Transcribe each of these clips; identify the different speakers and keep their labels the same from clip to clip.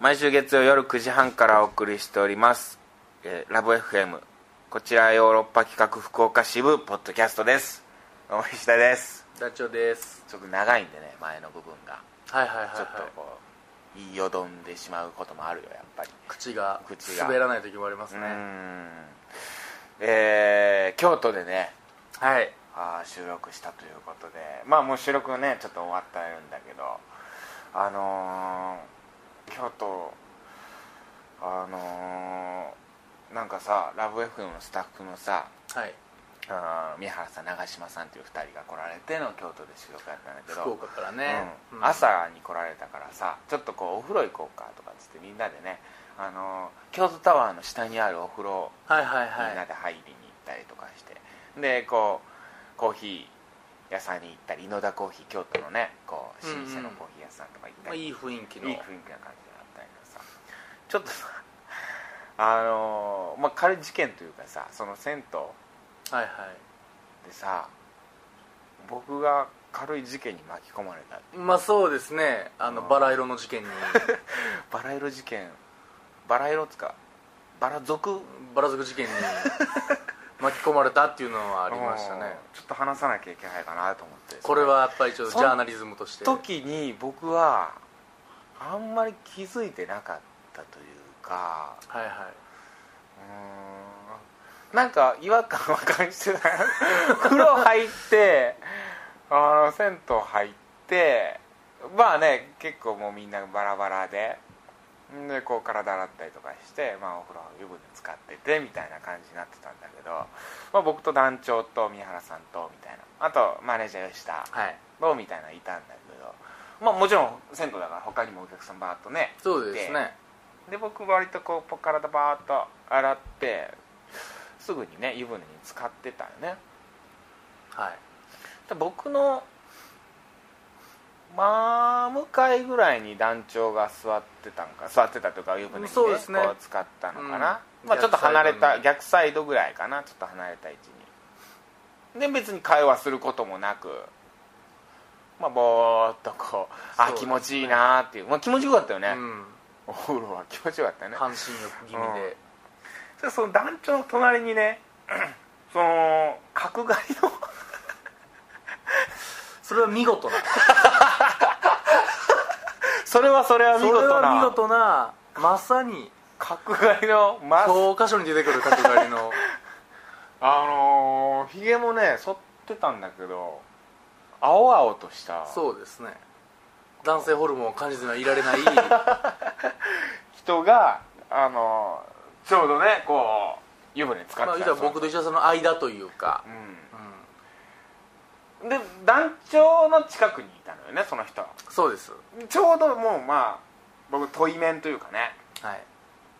Speaker 1: 毎週月曜夜9時半からお送りしております、えーラブ f m こちらヨーロッパ企画福岡支部ポッドキャストですどうも石田です
Speaker 2: ダチョウです
Speaker 1: ちょっと長いんでね前の部分が
Speaker 2: はいはいはい、はい、
Speaker 1: ちょっとこう言いよどんでしまうこともあるよやっぱり
Speaker 2: 口が
Speaker 1: 口が
Speaker 2: 滑らない時もあります
Speaker 1: う
Speaker 2: ね、
Speaker 1: ーんえー京都でね
Speaker 2: はい
Speaker 1: あー収録したということでまあもう収録ねちょっと終わってるんだけどあのー京都あのーなんかさラブ f のスタッフのさ
Speaker 2: はい
Speaker 1: あー宮原さん長嶋さんっていう2人が来られての京都で収録やったんだけど
Speaker 2: 福岡からね、
Speaker 1: うん
Speaker 2: うん
Speaker 1: 朝に来られたからさちょっとこうお風呂行こうかとかっつってみんなでねあのー京都タワーの下にあるお風呂
Speaker 2: はいはい
Speaker 1: みんな
Speaker 2: は
Speaker 1: で入り
Speaker 2: い
Speaker 1: に行ったりとかして、でこうコーヒー屋さんに行ったり野田コーヒー京都のねこう老舗のコーヒー屋さんとか行った
Speaker 2: まあ、
Speaker 1: り、
Speaker 2: いい雰囲気の
Speaker 1: いい雰囲気な感じだったりとかさちょっとさ あのーまあ軽い事件というかさその銭湯
Speaker 2: はいは
Speaker 1: でさ僕が軽い事件に巻き込まれたって
Speaker 2: いまあそうですねあの、
Speaker 1: うん
Speaker 2: バラ色の事 件に
Speaker 1: バラ色事件バラ色っつかバラ族
Speaker 2: バラ族事件に巻き込まれたっていうのはありました
Speaker 1: うん
Speaker 2: ね
Speaker 1: ちょっと話さなきゃいけないかなと思って
Speaker 2: これはやっぱりちょっと
Speaker 1: そん
Speaker 2: ジャーナリズムとして
Speaker 1: 時に僕はあんまり気づいてなかったというか
Speaker 2: はいはいう
Speaker 1: ーんなんか違和感は感じて ない風呂入ってあの銭湯入ってまあね結構もうみんなバラバラででこう体洗ったりとかして、まあ、お風呂湯船使っててみたいな感じになってたんだけど、まあ、僕と団長と宮原さんとみたいなあとマネージャー吉田
Speaker 2: はい
Speaker 1: どうみたいなのいたんだけどまあもちろん銭湯だから他にもお客さんバーっとね
Speaker 2: そうですね
Speaker 1: で僕割とこうポカラダバーっと洗ってすぐにね湯船に浸かってたよね
Speaker 2: はい
Speaker 1: で僕の真向かいぐらいに団長が座ってたんか座ってたというか湯船に、ね
Speaker 2: そうですね
Speaker 1: こう使ったのかな、
Speaker 2: うん
Speaker 1: まあ、ちょっと離れた
Speaker 2: 逆サイド
Speaker 1: 逆サイド
Speaker 2: に
Speaker 1: ぐらいかなちょっと離れた位置にで別に会話することもなくまあぼーっとこうあ
Speaker 2: そうですね
Speaker 1: 気持ちいいなーっていう、まあ、気持ちよかったよね、
Speaker 2: うん
Speaker 1: お風呂は気持ちよかったよね
Speaker 2: 半身浴気味で、
Speaker 1: でその団長の隣にね その角刈りの
Speaker 2: それは見事な
Speaker 1: それはそれは見
Speaker 2: それ
Speaker 1: 事
Speaker 2: は見
Speaker 1: な
Speaker 2: 事なまさに
Speaker 1: 角刈りのマス
Speaker 2: 教科書に出てくる角刈りの
Speaker 1: あのー、ひげもね剃ってたんだけど青々とした
Speaker 2: そうですね男性ホルモンを感じずにはいられ ない
Speaker 1: 人が、あのー、ちょうどねこう湯船使
Speaker 2: まあ
Speaker 1: って
Speaker 2: 言う
Speaker 1: た
Speaker 2: たら僕と石田さんの間というか、
Speaker 1: う
Speaker 2: うん
Speaker 1: ん、で団長の近くにいたのよねその人
Speaker 2: そうです
Speaker 1: ちょうどもうまあ僕対面というかね
Speaker 2: はい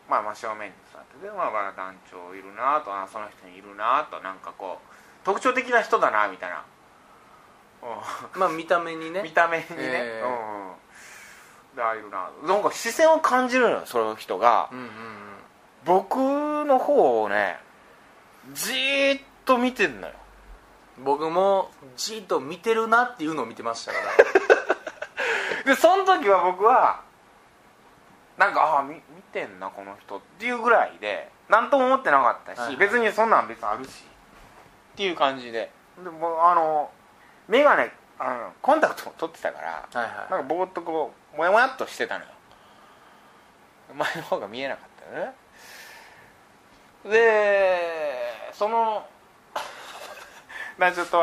Speaker 1: まあ、真正面に座ってで、まあ、まあ団長いるなとあその人いるなとなんかこう特徴的な人だなみたいな、う
Speaker 2: まあ見た目に
Speaker 1: ん見
Speaker 2: ね
Speaker 1: た目にね、
Speaker 2: えー
Speaker 1: うんうんであいるななんか視線を感じるのよその人が、
Speaker 2: うんうんうん
Speaker 1: 僕の方をねじーっと見てんのよ
Speaker 2: 僕もじーっと見てるなっていうのを見てましたから
Speaker 1: でその時は僕はなんかああみ見てんなこの人っていうぐらいで何とも思ってなかったし、
Speaker 2: はいはい
Speaker 1: 別にそんなん別にあるしっていう感じででもうあの眼鏡あのコンタクトも取ってたから
Speaker 2: はいはい
Speaker 1: なんかぼーっとこうモヤモヤっとしてたのよ前の方が見えなかったよねでその男女と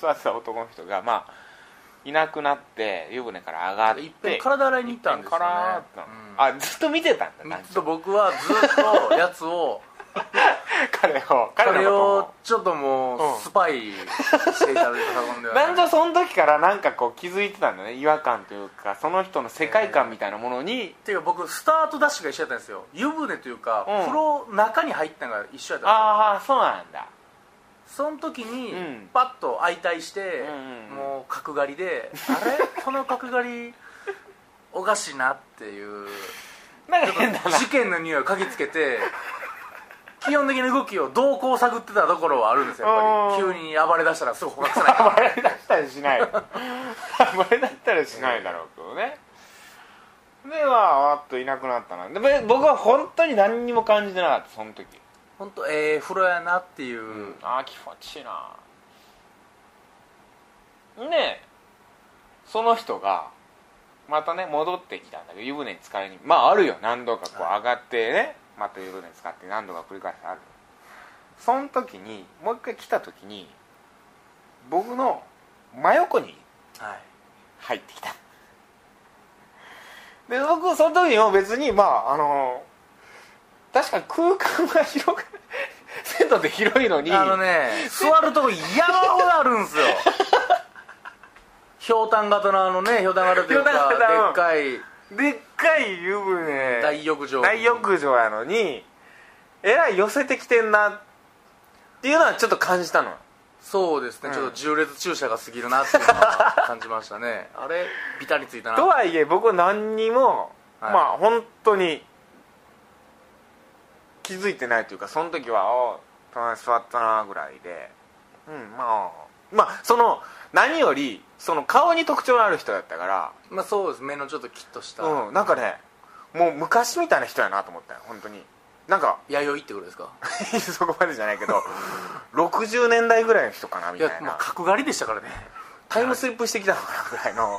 Speaker 1: 座ってた男の人がまあいなくなって湯船から上がって
Speaker 2: いっぺん体洗いに行ったんです
Speaker 1: いぺん
Speaker 2: よね
Speaker 1: 体洗ったの
Speaker 2: うん
Speaker 1: あずっと見てたんだ
Speaker 2: ず
Speaker 1: 男
Speaker 2: っ
Speaker 1: 女
Speaker 2: と僕はずっとやつ を
Speaker 1: 彼を彼
Speaker 2: 彼
Speaker 1: のこと
Speaker 2: をちょっとも
Speaker 1: うん
Speaker 2: うスパイしていただいたもん
Speaker 1: も
Speaker 2: ではない
Speaker 1: 男 女その時からなんかこう気づいてたんだね違和感というかその人の世界観みたいなものに
Speaker 2: っていうか僕スタートダッシュが一緒だったんですよ湯船というか、
Speaker 1: うん
Speaker 2: 風呂中に入ったのが一緒だったんで
Speaker 1: ああそうなんだ
Speaker 2: すよその時に、
Speaker 1: うん
Speaker 2: パッと相対して、
Speaker 1: うんうんうん
Speaker 2: もう角刈りであれこの角刈りおかしいなっ ていう
Speaker 1: なんか変だな
Speaker 2: 事件の匂いを嗅ぎつけて基本的な動きを動向を探ってたところはあるんですよやっぱ
Speaker 1: う
Speaker 2: り
Speaker 1: ん
Speaker 2: 急に暴れ出したらすぐ捕獲さない
Speaker 1: 暴 れだしたりしない暴れだったりしないだろうけどね、ではあーっといなくなったなでべ僕は本当に何にも感じてなかったその時、
Speaker 2: 本当ええ風呂やなっていう、
Speaker 1: ああ気持ちいいなねえその人がまたね戻ってきたんだけど湯船に浸かりにまああるよ何度かこう
Speaker 2: はい
Speaker 1: 上がってね、また湯船に浸かって何度か繰り返してあるその時にもう一回来た時に僕の真横に
Speaker 2: はい
Speaker 1: 入ってきたで僕その時にも別にまああの確かに空間が広く 銭湯って広いのに
Speaker 2: あのね座るとこ山ほどあるんですよひょうたん型のあのねひょうたん型というか
Speaker 1: ひょうたん型の
Speaker 2: でっかい
Speaker 1: でっかい湯船
Speaker 2: 大浴場
Speaker 1: 大浴場やのにえらい寄せてきてんなっていうのはちょっと感じたの
Speaker 2: そうですね、
Speaker 1: うん
Speaker 2: ちょっと重列駐車が過ぎるなっていうのは感じまし たねあれビタについたな
Speaker 1: とはいえ僕は何にも、
Speaker 2: はい
Speaker 1: まあ本当に気づいてないというかその時はああ隣に座ったなぐらいでうんまあまあその何よりその顔に特徴のある人だったか
Speaker 2: まあそうです目のちょっとキッとした、
Speaker 1: らうんなんかねもう昔みたいな人やなと思ったよ本当になんか
Speaker 2: 弥生ってことですか
Speaker 1: そこまでじゃないけ ど60年代ぐらいの人かなみ
Speaker 2: い
Speaker 1: た
Speaker 2: や
Speaker 1: いな
Speaker 2: まあ角刈りでしたからね
Speaker 1: タイムスリップしてきたのかなぐらいの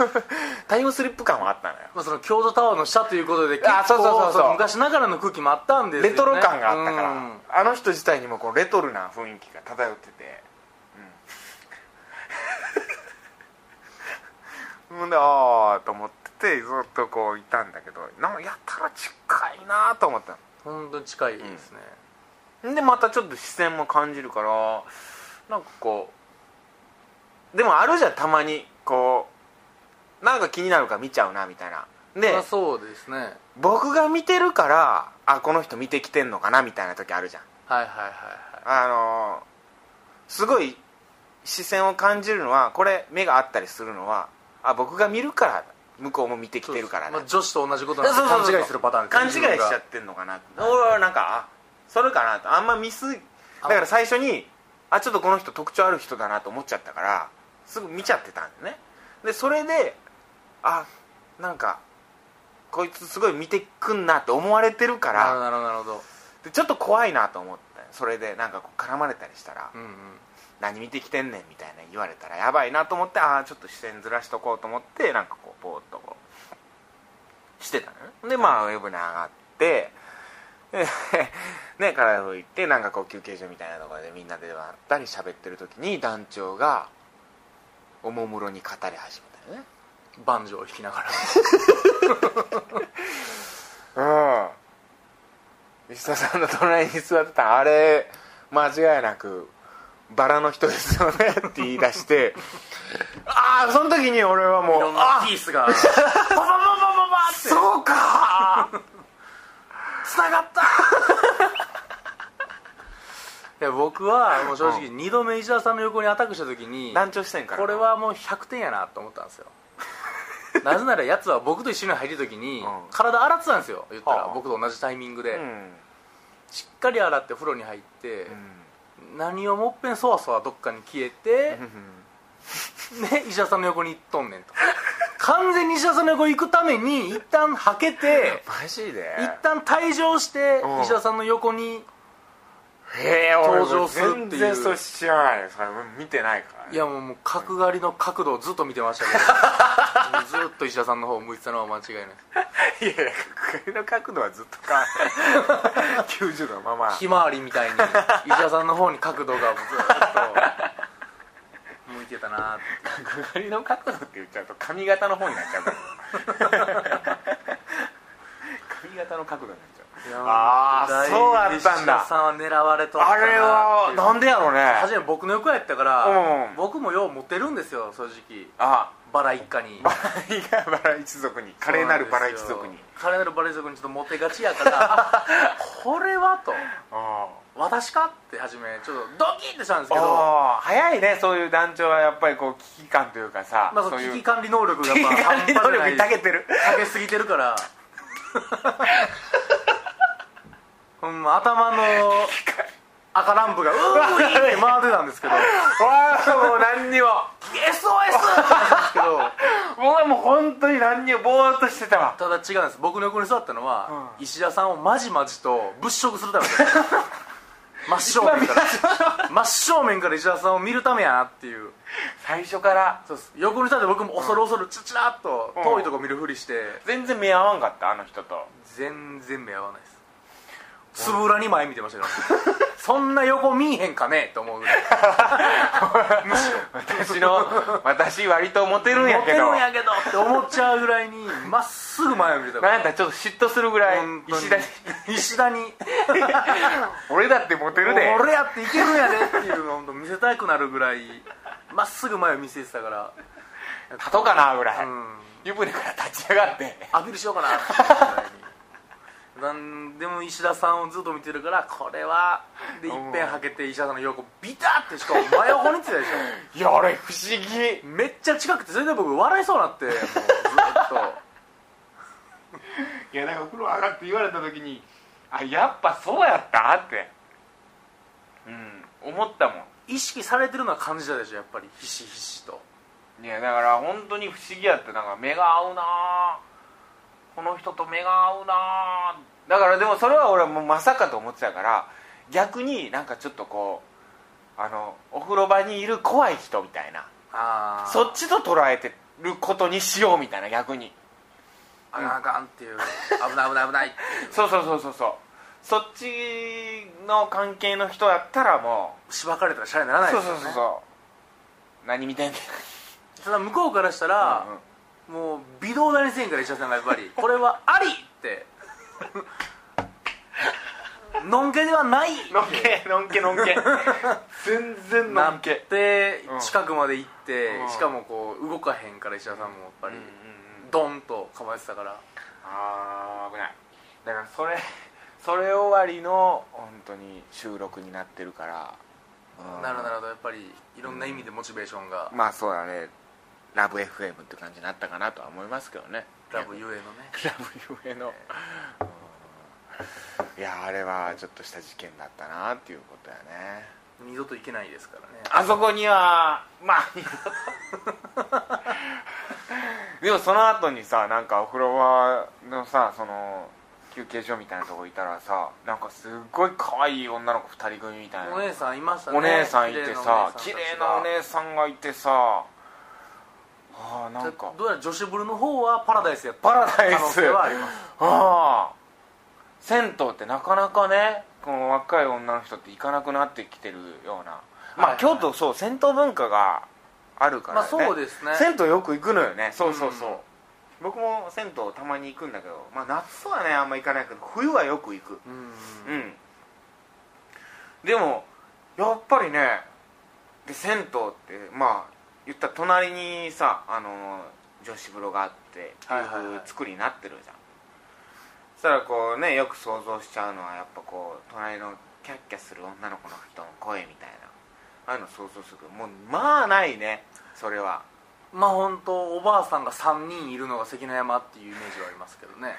Speaker 1: タイムスリップ感はあったのよ
Speaker 2: まあその京都タワーの下ということで結構
Speaker 1: あそうそうそうそう
Speaker 2: の昔ながらの空気もあったんですよ、ね、
Speaker 1: レトロ感があったか
Speaker 2: うん
Speaker 1: らあの人自体にもこうレトロな雰囲気が漂っててうん ほんでああと思っててずっとこういたんだけどなんかやたら近いなと思った
Speaker 2: 本当に近いですね、
Speaker 1: のんでまたちょっと視線も感じるからなんかこうでもあるじゃんたまにこうなんか気になるから見ちゃうなみたいなで
Speaker 2: まあそうですねはい
Speaker 1: 僕が見てるからあこの人見てきてんのかなみたいな時あるじゃん
Speaker 2: はいはい
Speaker 1: あのーすごい視線を感じるのはこれ目があったりするのはあ僕が見るから向こうも見てき
Speaker 2: はい
Speaker 1: てるから
Speaker 2: ま
Speaker 1: だ
Speaker 2: あ、女子と同じこと
Speaker 1: そう
Speaker 2: なん
Speaker 1: そう
Speaker 2: で
Speaker 1: そう
Speaker 2: 勘違いするパターンです
Speaker 1: 勘違い
Speaker 2: ね
Speaker 1: しちゃってんのかな
Speaker 2: はい
Speaker 1: 俺はなんかあそれかなとあんま見すぎだから最初にあちょっとこの人特徴ある人だなと思っちゃったからすぐ見ちゃってたんだよねでそれであなんかこいつすごい見てくんなって思われてるか
Speaker 2: 自分
Speaker 1: ら
Speaker 2: がなるほどなるほどなるほ
Speaker 1: でちょっと怖いなと思ってそれでなんかこう絡まれたりしたら
Speaker 2: どうんうん
Speaker 1: 何見てきてんねんみたいな言われたらやばいなと思ってああちょっと視線ずらしとこうと思ってなんかこうぼーっとこうしてたのねでまあウェブに上がってで ね体拭いてなんかこう休憩所みたいなところでみんなでわったり喋ってる時に団長がおもむろに語り始めたよね
Speaker 2: バンジョーを弾きながら
Speaker 1: うん石田さんの隣に座ってたあれ間違いなくバラの人ですよねって言い出して ああその時に俺はも
Speaker 2: いうろんな
Speaker 1: あ
Speaker 2: ピースがババババババって
Speaker 1: そうか
Speaker 2: つながったいや僕はもう正直2度目石田さんの横にアタックした時に
Speaker 1: 団長してんから
Speaker 2: これはもう100点やなと思ったんですよなぜならやつは僕と一緒に入る時に
Speaker 1: うん
Speaker 2: 体洗ってたんですよ言った
Speaker 1: は
Speaker 2: ら
Speaker 1: あ
Speaker 2: 僕と同じタイミング
Speaker 1: う
Speaker 2: で
Speaker 1: ん、
Speaker 2: しっかり洗って風呂に入って
Speaker 1: うん
Speaker 2: 何をもっぺんそわそわどっかに消えてね石田さんの横に行っとんねんと完全に石田さんの横行くために一旦はけて
Speaker 1: マジで
Speaker 2: 一旦退場して
Speaker 1: うん
Speaker 2: 石田さんの横に
Speaker 1: へえ俺
Speaker 2: 登場するっていう
Speaker 1: 全然それ知らないよそれ見てないからね、
Speaker 2: いやもうもう角刈りの角度をずっと見てましたけ どずっと石田さんの方を向いてたのは間違いな
Speaker 1: いや
Speaker 2: い
Speaker 1: いや首の角度はずっと変 わらない90度のまま
Speaker 2: ひまわりみたいに石田さんの方に角度がずっと向いてたなって
Speaker 1: 角刈りの角度って言っちゃうと髪型の方になっちゃうから髪型の角度になっちゃうあーそうだったんだ
Speaker 2: 石田さんは狙われとったな
Speaker 1: あれはなん
Speaker 2: で
Speaker 1: でやろうね
Speaker 2: 初め僕の横やったから、
Speaker 1: うん
Speaker 2: 僕もよう持ってるんですよ正直
Speaker 1: あ
Speaker 2: バラ一家に
Speaker 1: バライがバラ一族に華麗なるバラ一族に
Speaker 2: 華麗なるバラ一族にちょっとモテがちやから あこれはと
Speaker 1: あ
Speaker 2: 私かって初めちょっとドキッてしたんです
Speaker 1: あ
Speaker 2: けど
Speaker 1: ああ早いねそういう団長はやっぱりこう危機感というかさ、
Speaker 2: まあ、その
Speaker 1: そうい
Speaker 2: 危機
Speaker 1: う
Speaker 2: 管理能力がま あ
Speaker 1: 危機管理能力に長け
Speaker 2: 半端じゃない
Speaker 1: てる
Speaker 2: 長けすぎてるからほんま頭の赤ランプが うーって回ってたんですけ ど
Speaker 1: わあもう何にも
Speaker 2: SOS! ってなったんですけど
Speaker 1: 僕はもう本当に何にもぼーっとしてたわ
Speaker 2: ただ違うんです僕の横に座ったのは、石田さんをまじまじと物色するため です真正面から真正面から石田さんを見るためやなっていう
Speaker 1: 最初から
Speaker 2: そうです横に座って僕も恐る恐るチラチラっと遠いとこ見るふりして、
Speaker 1: 全然目合わんかったあの人と
Speaker 2: 全然目合わないですつぶらに前見てましたけど そんな横見えへんかねと思うぐらい
Speaker 1: 私の 私割とモテるんやけど
Speaker 2: モテるんやけどって思っちゃうぐらいにまっすぐ前を見てた
Speaker 1: なんだちょっと嫉妬するぐらい
Speaker 2: 本当に
Speaker 1: 石田に
Speaker 2: 石田に
Speaker 1: 俺だってモテるで
Speaker 2: 俺やっていけるんやでっていうのを本当見せたくなるぐらいまっすぐ前を見せてたから
Speaker 1: 立とうかなぐらい、
Speaker 2: うん
Speaker 1: 湯船から立ち上がって
Speaker 2: アピールしようかなっていうぐらいになんでも石田さんをずっと見てるからこれはでいっぺんはけて石田さんの横ビタってしかも真横についてたでしょ
Speaker 1: いやあれ不思議
Speaker 2: めっちゃ近くてそれで僕笑いそうになってもうずっ
Speaker 1: いやなんか風呂上がって言われた時にあやっぱそうやったってうん思ったも
Speaker 2: と意識されてるのは感じたでしょやっぱりひしひしと
Speaker 1: んいやだから本当に不思議やったなんか目が合うなあこの人と目が合うなあだからでもそれは俺はもうまさかと思ってたから逆になんかちょっとこうあのお風呂場にいる怖い人みたいな
Speaker 2: ああ
Speaker 1: そっちと捉えてることにしようみたいな逆に
Speaker 2: あかんあかんっていう危ない危ない危ないっていう
Speaker 1: そうそうそうそうそうそっちの関係の人やったらもう
Speaker 2: しばかれたらシャレにならない
Speaker 1: そ
Speaker 2: で
Speaker 1: うそ
Speaker 2: すよ
Speaker 1: う
Speaker 2: ね
Speaker 1: そうそう何見てんねん
Speaker 2: ただ向こうからしたら、もう微動だにせんから石田さんがやっぱりこれはありってのんけではない
Speaker 1: のんけのんけのんけ 全然
Speaker 2: な
Speaker 1: のん
Speaker 2: っ
Speaker 1: け
Speaker 2: て
Speaker 1: うん
Speaker 2: 近くまで行って、
Speaker 1: うん
Speaker 2: しかもこう動かへんから石田さんもやっぱり、ドンと構えてたから
Speaker 1: ああ危ないだからそれそれ終わりの本当に収録になってるから、うん
Speaker 2: なるほどなるほどやっぱりいろんな意味でモチベーションが、
Speaker 1: まあそうだねラブ FM って感じになったかなとは思いますけどね
Speaker 2: ラブゆえのね
Speaker 1: ラブゆえ の、うんいやあれはちょっとした事件だったなっていうことやね
Speaker 2: 二度といけないですからね
Speaker 1: あそこにはまあ でもその後にさなんかお風呂場のさその休憩所みたいなとこいたらさなんかすっごい可愛い女の子2人組みたいな
Speaker 2: お姉さんいましたね
Speaker 1: お姉さんいてさ綺麗なお
Speaker 2: さん
Speaker 1: 姉さんがいてさあーな
Speaker 2: た
Speaker 1: ん
Speaker 2: ち
Speaker 1: か
Speaker 2: がどうやら女子ブルの方はパラダイスやった
Speaker 1: パラダイス
Speaker 2: 可能性はあります
Speaker 1: ああ銭湯ってなかなかねこの若い女の人って行かなくなってきてるようなまあ、
Speaker 2: はいはい
Speaker 1: 京都そう銭湯文化があるから、ね
Speaker 2: まあそうですね
Speaker 1: 銭湯よく行くのよねそうそうそう、
Speaker 2: うん
Speaker 1: 僕も銭湯たまに行くんだけどまあ夏はねあんま行かないけど冬はよく行く
Speaker 2: う
Speaker 1: うんんでもやっぱりねで銭湯ってまあ言ったら隣にさあの女子風呂があってって
Speaker 2: はいはい
Speaker 1: い
Speaker 2: はいう
Speaker 1: 作りになってるじゃん、そしたらこうねよく想像しちゃうのはやっぱこう隣のキャッキャする女の子の人の声みたいなああいうの想像するけどもうまあないねそれは
Speaker 2: まあ本当おばあさんが3人いるのが関の山っていうイメージはありますけどね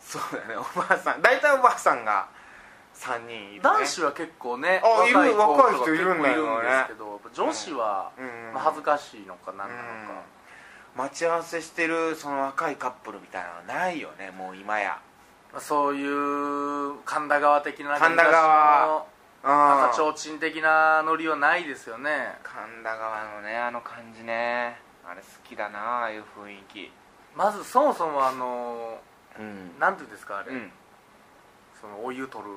Speaker 1: そうだねおばあさん大体おばあさんが3人いる、ね、
Speaker 2: 男子は結構ね
Speaker 1: あいる
Speaker 2: 子とか
Speaker 1: 若い人いるんだよね
Speaker 2: 結構いるんですけどやっぱ女子は、
Speaker 1: うん
Speaker 2: まあ、恥ずかしいのか何なのか、
Speaker 1: うん待ち合わせしてるその若いカップルみたいなのないよねもう今や
Speaker 2: まあ、そういう神田川的な
Speaker 1: 神田川
Speaker 2: 昔の
Speaker 1: あ
Speaker 2: なんか提灯的なノリはないですよね
Speaker 1: 神田川のねあの感じねあれ好きだなああいう雰囲気
Speaker 2: まずそもそもあの
Speaker 1: うん
Speaker 2: なんていうんですかあれ、
Speaker 1: うん
Speaker 2: そのお湯取る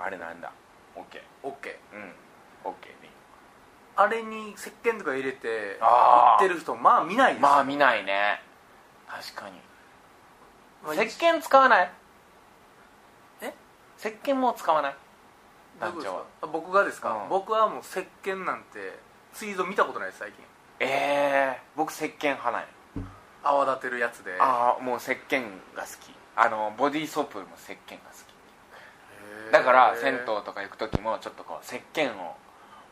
Speaker 1: あれなんだ OK
Speaker 2: オッケー
Speaker 1: うん OK ね
Speaker 2: あれに石鹸とか入れて
Speaker 1: あ
Speaker 2: 売
Speaker 1: ー
Speaker 2: ってる人まあ見ないです、
Speaker 1: まあ見ないね確かに
Speaker 2: まあ
Speaker 1: 石鹸使わない
Speaker 2: え
Speaker 1: 石鹸も使わない
Speaker 2: どういうことです
Speaker 1: 団
Speaker 2: か僕がですか、
Speaker 1: うん
Speaker 2: 僕はもう石鹸なんてツイート見たことないです最近
Speaker 1: ええー、僕石鹸派なんよ
Speaker 2: 泡立てるやつで
Speaker 1: ああもう石鹸が好きあのボディーソープよりも石鹸が好き
Speaker 2: へー
Speaker 1: だから銭湯とか行く時もちょっとこう石鹸を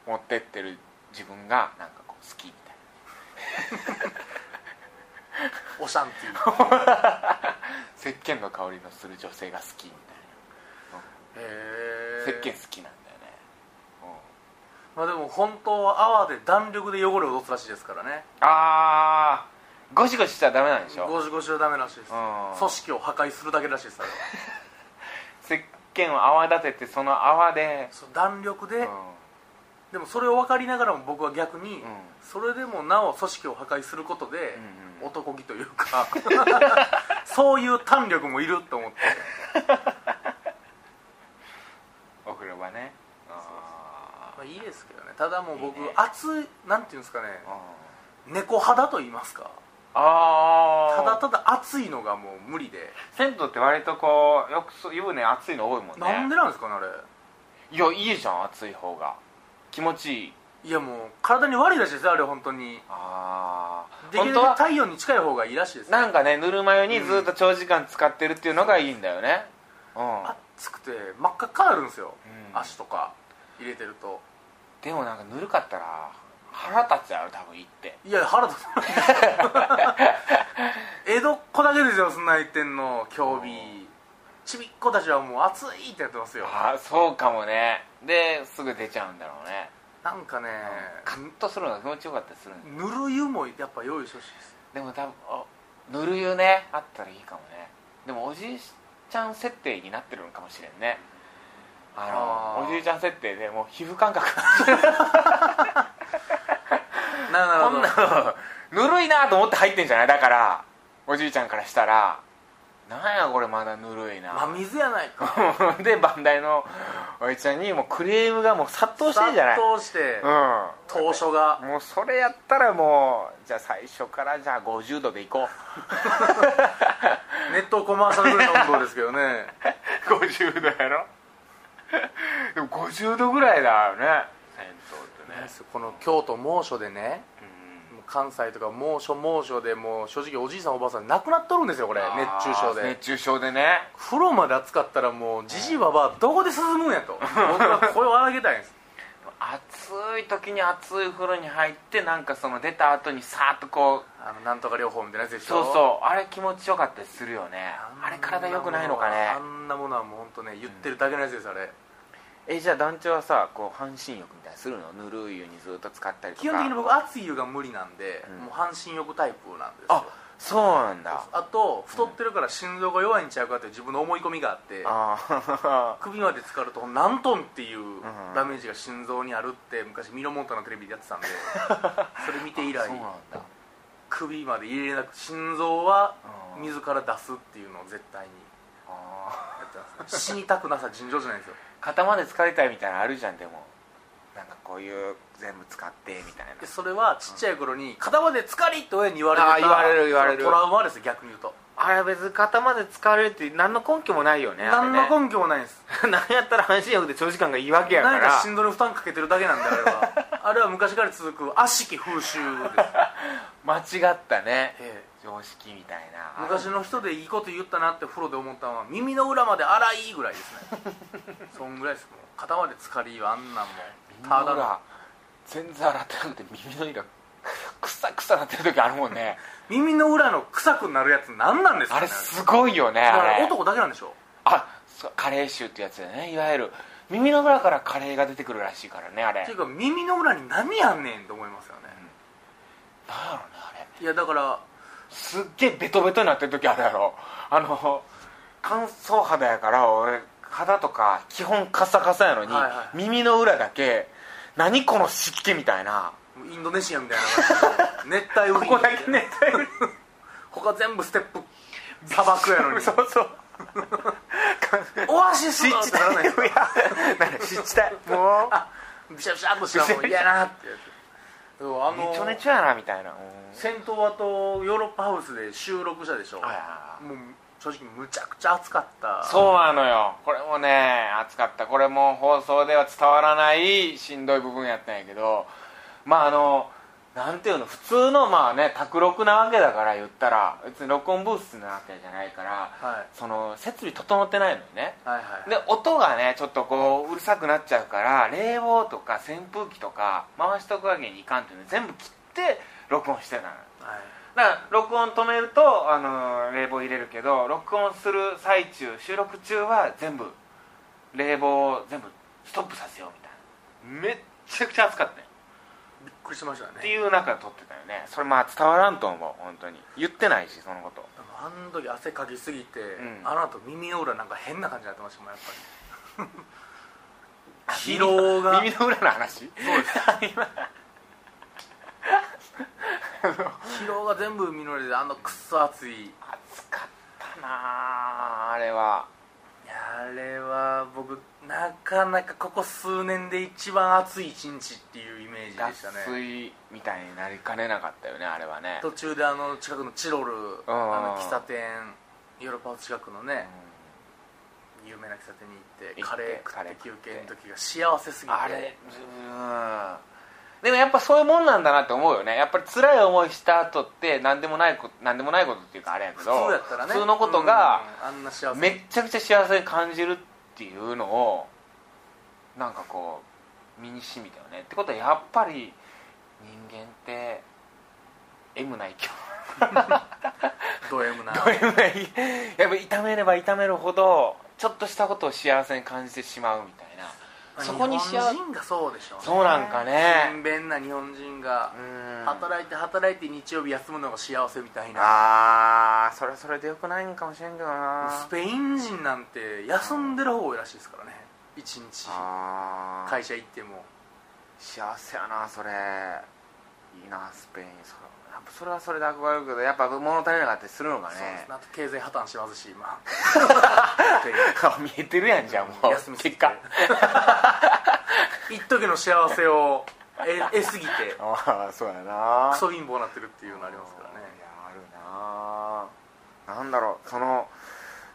Speaker 1: 持ってってる自分がなんかこう好きみたい
Speaker 2: おシャンティ ー
Speaker 1: な石鹸の香りのする女性が好きみたい
Speaker 2: へ
Speaker 1: な
Speaker 2: ー
Speaker 1: 石鹸好きなんだよね、
Speaker 2: まあでも本当は泡で弾力で汚れを落とすらしいですからね
Speaker 1: ああゴシゴシしたらダメなんでしょ
Speaker 2: ゴシゴシはダメらしいです
Speaker 1: うん
Speaker 2: 組織を破壊するだけらしいですあれは
Speaker 1: 石鹸を泡立ててその泡で
Speaker 2: そう弾力で、
Speaker 1: うん
Speaker 2: でもそれを分かりながらも僕は逆に、
Speaker 1: うん
Speaker 2: それでもなお組織を破壊することで、
Speaker 1: うんうん
Speaker 2: 男気というかそういう胆力もいると思って
Speaker 1: お風呂場ねあ
Speaker 2: まあいいですけどねただもう僕
Speaker 1: いいね
Speaker 2: 熱いなんていうんですかね
Speaker 1: ーうん
Speaker 2: 猫肌と言いますか
Speaker 1: あ
Speaker 2: ただ
Speaker 1: ー
Speaker 2: ただ熱いのがもう無理で、
Speaker 1: 銭湯って割とこうよくそう湯船熱いの多いもんね
Speaker 2: なんでなんですかねあれ
Speaker 1: いやいいじゃん熱い方が気持ちいい
Speaker 2: いやもう体に悪いらしいですよあれ本当に
Speaker 1: ああ
Speaker 2: でき
Speaker 1: 本
Speaker 2: る
Speaker 1: 当
Speaker 2: だけ
Speaker 1: は
Speaker 2: 太陽に近い方がいいらしいです
Speaker 1: なんかねぬるま湯にずっと長時間使ってるっていうのがいいんだよねうん、
Speaker 2: 熱くて真っ赤っかになるんですよ、
Speaker 1: うん
Speaker 2: 足とか入れてると
Speaker 1: でもなんかぬるかったら腹立つやろ多分行って
Speaker 2: いや腹立つ 江戸っ子だけですよそんな言ってんの競技
Speaker 1: うん
Speaker 2: ちびっ子たちはもう熱いってやってますよ
Speaker 1: ああそうかもねですぐ出ちゃうんだろうね
Speaker 2: なんかね
Speaker 1: カッとするのが気持ちよかったりするんだ
Speaker 2: ぬる湯もやっぱ用意してほしいです
Speaker 1: でも多分あぬる湯ねあったらいいかもねでもおじいちゃん設定になってるのかもしれんねあの
Speaker 2: あー
Speaker 1: おじいちゃん設定でもう皮膚感覚こん
Speaker 2: なるほど
Speaker 1: なのぬるいなと思って入ってんじゃないだからおじいちゃんからしたらなんやこれまだぬるいな
Speaker 2: 真水やないか
Speaker 1: でバンダイのおじいちゃんにもうクレームがもう殺到してんじゃない
Speaker 2: 殺到して
Speaker 1: う
Speaker 2: 当初が
Speaker 1: んもうそれやったらもうじゃあ最初からじゃあ50度でいこう
Speaker 2: ネットコマーシャルぐらいの温度ですけどね
Speaker 1: 50度やろでも50度ぐらいだよね銭湯って
Speaker 2: なん
Speaker 1: ね
Speaker 2: ですよこの京都猛暑でね
Speaker 1: うん
Speaker 2: もう関西とか猛暑猛暑でもう正直おじいさんおばあさん亡くなっとるんですよこれ熱中症
Speaker 1: あー
Speaker 2: で
Speaker 1: 熱中症でね
Speaker 2: 風呂まで暑かったらもうじじいばばあどこで涼むん やと僕は声を荒げたいんです
Speaker 1: 暑い時に暑い風呂に入ってなんかその出た後にさーっとこう
Speaker 2: あのなんとか療法みたいなやつでし
Speaker 1: そ
Speaker 2: ょ
Speaker 1: うそうあれ気持ちよかったりするよねあれ体良くないのかね
Speaker 2: あんなものはもう本当ね言ってるだけのやつですあれ
Speaker 1: えじゃあ団長はさこう半身浴みたいにするのぬるい湯にずっと使ったりとか
Speaker 2: 基本的に僕熱い湯が無理なんで、
Speaker 1: うん
Speaker 2: もう半身浴タイプなんですよ
Speaker 1: あそうなんだ
Speaker 2: あと太ってるから心臓が弱いんちゃうかっていう自分の思い込みがあって、
Speaker 1: あ
Speaker 2: 首まで浸かると何トンっていう
Speaker 1: うん
Speaker 2: ダメージが心臓にあるって昔ミノモンタのテレビでやって たんでそれ見て以
Speaker 1: あ
Speaker 2: 来
Speaker 1: そうなんだ
Speaker 2: 首まで入れなく心臓は
Speaker 1: うん
Speaker 2: 自ら出すっていうのを絶対に
Speaker 1: あ
Speaker 2: やってます ね死にたくなさ尋常じゃないですよ
Speaker 1: ー肩まで疲れたいみたいなのあるじゃんでもなんかこういう全部使ってみたい
Speaker 2: で
Speaker 1: な
Speaker 2: それはちっちゃい頃に肩まで疲れって親に言われるから
Speaker 1: あー言われる言われる
Speaker 2: そのトラウマですよ逆に言うと
Speaker 1: あれ別に肩まで疲れるって何の根拠もないよね
Speaker 2: 何の
Speaker 1: 拠
Speaker 2: 根拠もないんです
Speaker 1: 何やったら半身浴で長時間がいいわけやか
Speaker 2: 何から心臓に負担かけてるだけなんであれ はあれは昔から続く悪しき風習です、
Speaker 1: 間違ったね
Speaker 2: え
Speaker 1: 常識みたい
Speaker 2: え
Speaker 1: な
Speaker 2: 昔の人でいいこと言ったなって風呂で思ったのは耳の裏まで荒いぐらいです ねそんぐらいですもう肩まで疲れはあんなんも
Speaker 1: た
Speaker 2: た
Speaker 1: だ
Speaker 2: だの
Speaker 1: が全然洗ってなくて耳の裏くさくさなってる時あるもんね
Speaker 2: 耳の裏の臭くなるやつ何なんですか
Speaker 1: あ
Speaker 2: ね
Speaker 1: れすごいよね
Speaker 2: だか
Speaker 1: あ
Speaker 2: ら
Speaker 1: れ
Speaker 2: 男だけなんでしょ
Speaker 1: あそうカレー臭ってやつだよねいわゆる耳の裏からカレーが出てくるらしいからねあれ
Speaker 2: っていうか耳の裏に何やんねんと思いますよね、
Speaker 1: なんやろねあれ
Speaker 2: いやだから
Speaker 1: すっげえベトベトになってる時あるやろあの乾燥肌やから俺肌とか基本カサカサやのに、
Speaker 2: はいはい
Speaker 1: 耳の裏だけ何この湿気みたいな
Speaker 2: インドネシアみたいな感じの熱帯雨林
Speaker 1: ここだけ熱帯 雨
Speaker 2: 他全部ステップ砂漠やの に
Speaker 1: そうそう
Speaker 2: オアシス
Speaker 1: 湿地
Speaker 2: ってならないで
Speaker 1: 帯
Speaker 2: すか
Speaker 1: いやなんか湿地帯もう
Speaker 2: あビシャビシャっとしたもう嫌やなってやつそうあ
Speaker 1: ねちょ
Speaker 2: の
Speaker 1: ねちょやなみたいなうん
Speaker 2: 戦闘はとヨーロッパハウスで収録したでしょも
Speaker 1: はいは
Speaker 2: う正直むちゃくちゃ暑かった
Speaker 1: そうなのよこれもね熱かったこれも放送では伝わらないしんどい部分やったんやけどまああのなんていうの普通のまあね卓録なわけだから言ったら別に録音ブースなわけじゃないから、
Speaker 2: はい
Speaker 1: その設備整ってないのよね
Speaker 2: はいはい
Speaker 1: で音がねちょっとこううるさくなっちゃうから冷房とか扇風機とか回しとくわけにいかんっていうので全部切って録音してたのよ
Speaker 2: はい
Speaker 1: だから録音止めると、あのー冷房入れるけど録音する最中収録中は全部冷房を全部ストップさせようみたいなめっちゃくちゃ暑かったよ
Speaker 2: びっくりしました
Speaker 1: って
Speaker 2: ね
Speaker 1: いう中で撮ってたよねそれまあ伝わらんと思う本当に言ってないしそのこと
Speaker 2: あの時汗かきすぎて、
Speaker 1: ん
Speaker 2: あの後耳の裏なんか変な感じになってましたもんやっぱり疲労が
Speaker 1: 耳の裏の話
Speaker 2: そうです疲労が全部海の上であのくっそ暑いい
Speaker 1: 暑かったなああれは
Speaker 2: やあれは僕なかなかここ数年で一番暑い一日っていうイメージで
Speaker 1: 脱
Speaker 2: したね
Speaker 1: 水みたいになりかねなかったよねあれはね
Speaker 2: 途中であの近くのチロル
Speaker 1: あー
Speaker 2: あの喫茶店ヨーロッパの近くのね、有名な喫茶店に行って
Speaker 1: 行って
Speaker 2: カレー
Speaker 1: カレ
Speaker 2: 食
Speaker 1: ー食っ
Speaker 2: って休
Speaker 1: て
Speaker 2: 憩の時が幸せすぎて
Speaker 1: あれうんでもやっぱそういうもんなんだなって思うよねやっぱり辛い思いした後って何でもないこと何でもないことっていうかあれやけ
Speaker 2: 普
Speaker 1: ど
Speaker 2: 通やったらね
Speaker 1: 普通のことが、
Speaker 2: うんあんな幸せ
Speaker 1: めっちゃくちゃ幸せに感じるっていうのをなんかこう身にしみたよねってことはやっぱり人間って M な生き
Speaker 2: ド M な
Speaker 1: 物 M な生きやっぱ痛めれば痛めるほどちょっとしたことを幸せに感じてしまうみたいなそこに
Speaker 2: 日
Speaker 1: 幸
Speaker 2: 本
Speaker 1: せ
Speaker 2: 人がそうでしょうね
Speaker 1: そうなんかね
Speaker 2: 勤勉な日本人が
Speaker 1: うん
Speaker 2: 働いて働いて日曜日休むのが幸せみたいな
Speaker 1: ああそれはそれでよくないんかもしれんけどな
Speaker 2: スペイン人なんて休んでる方が多いらしいですからね一日
Speaker 1: あー
Speaker 2: 会社行っても
Speaker 1: 幸せやなそれいいなスペインそれやっぱそれはそれで憧れるけどやっぱ物足りなかったりするのが
Speaker 2: そうで
Speaker 1: ね
Speaker 2: すねあと経済破綻します し今
Speaker 1: 見えてるやんじゃあもう
Speaker 2: 休みすぎ
Speaker 1: 結
Speaker 2: て
Speaker 1: 果
Speaker 2: 一時の幸せを得得すぎて
Speaker 1: ああそうやな
Speaker 2: クソ貧乏になってるっていうのありますからね
Speaker 1: いやあるななんだろうその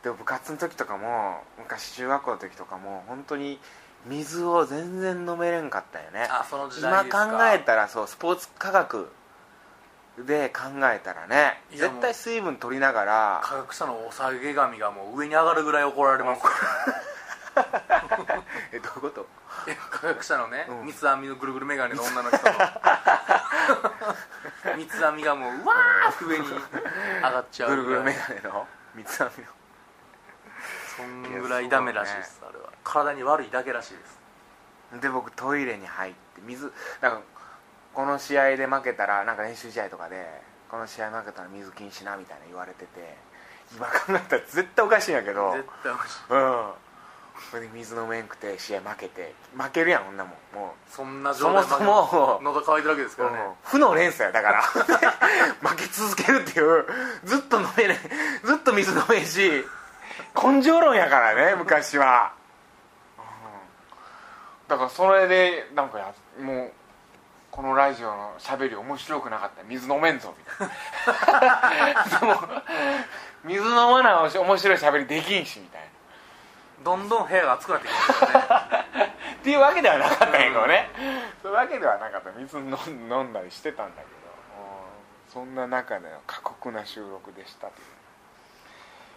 Speaker 1: でも部活の時とかも昔中学校の時とかも本当に水を全然飲めれんかったよね
Speaker 2: あその時代
Speaker 1: 今
Speaker 2: です
Speaker 1: 考
Speaker 2: か
Speaker 1: えたらそうスポーツ科学で考えたらね
Speaker 2: いや
Speaker 1: 絶対水分取りながら
Speaker 2: 科学者のお下げ神がもう上に上がるぐらい怒られます
Speaker 1: えどういうこと
Speaker 2: え科学者のね、
Speaker 1: うん
Speaker 2: 三つ編みのぐるぐる眼鏡の女の人 の三つ編みがもううわー上に上がっちゃう
Speaker 1: ぐるぐる
Speaker 2: ぐ
Speaker 1: 眼
Speaker 2: らい
Speaker 1: 鏡の三つ編みの
Speaker 2: そんぐらいダメらしいですあれは体に悪いだけらしいです
Speaker 1: で僕トイレに入って水なんかこの試合で負けたらなんか練習試合とかでこの試合負けたら水禁止なみたいな言われてて今考えたら絶対おかしいんやけどうん
Speaker 2: 絶対おかしい
Speaker 1: それで水飲めんくて試合負けて負けるやん女もんも
Speaker 2: そんな
Speaker 1: うそ
Speaker 2: 状
Speaker 1: も
Speaker 2: 態
Speaker 1: そ
Speaker 2: ま
Speaker 1: も
Speaker 2: で喉乾いてるわけですからね
Speaker 1: うん負の連鎖やだから 負け続けるっていうずっと飲めないずっと水飲めんし根性論やからね昔は、うんだからそれでなんかやもうこのラジオのしゃべり面白くなかった水飲めんぞみたい なでも水飲まない面白いしゃべりできんしみたいな
Speaker 2: どんどん部屋が熱くなってきますからね
Speaker 1: っていうわけではなかったんやけどね、そういうわけではなかった水飲ん飲んだりしてたんだけどうんそんな中での過酷な収録でしたとい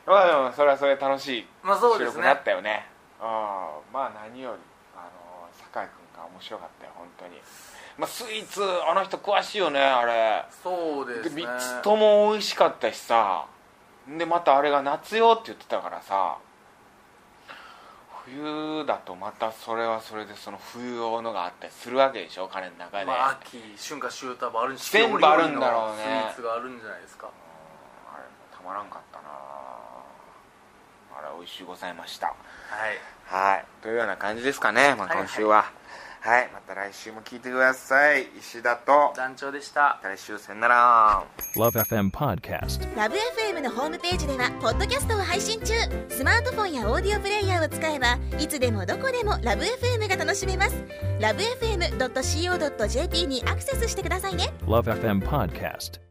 Speaker 1: うまあでもそれはそれで楽しい
Speaker 2: まあそう
Speaker 1: 収
Speaker 2: ですね
Speaker 1: 録になったよね,、うんまあ何よりあの酒井君が面白かったよ本当にまあスイーツあの人詳しいよねあれ
Speaker 2: そうで
Speaker 1: です
Speaker 2: ね
Speaker 1: 3つとも美味しかったしさでまたあれが夏用って言ってたからさ冬だとまたそれはそれでその冬用のがあったりするわけでしょ彼の中で、
Speaker 2: まあ、秋春夏秋冬もあるんし
Speaker 1: 全部あるんだろうね
Speaker 2: 四季折々のスイーツがあるんじゃないですか
Speaker 1: うんあれもたまらんかったなあれ美味しゅうございました
Speaker 2: はい
Speaker 1: はいというような感じですかね、まあ、
Speaker 2: はいはい
Speaker 1: 今週ははい、また来週も聞いてください石田とま
Speaker 2: 団長でした
Speaker 1: た来週さよなら
Speaker 3: Love FM Podcast.
Speaker 4: ラブ f m のホームページではポッドキャストを配信中スマートフォンやオーディオプレイヤーを使えばいつでもどこでもラブ f m が楽しめますラブ FM.co.jp にアクセスしてくださいね
Speaker 3: Love FM Podcast.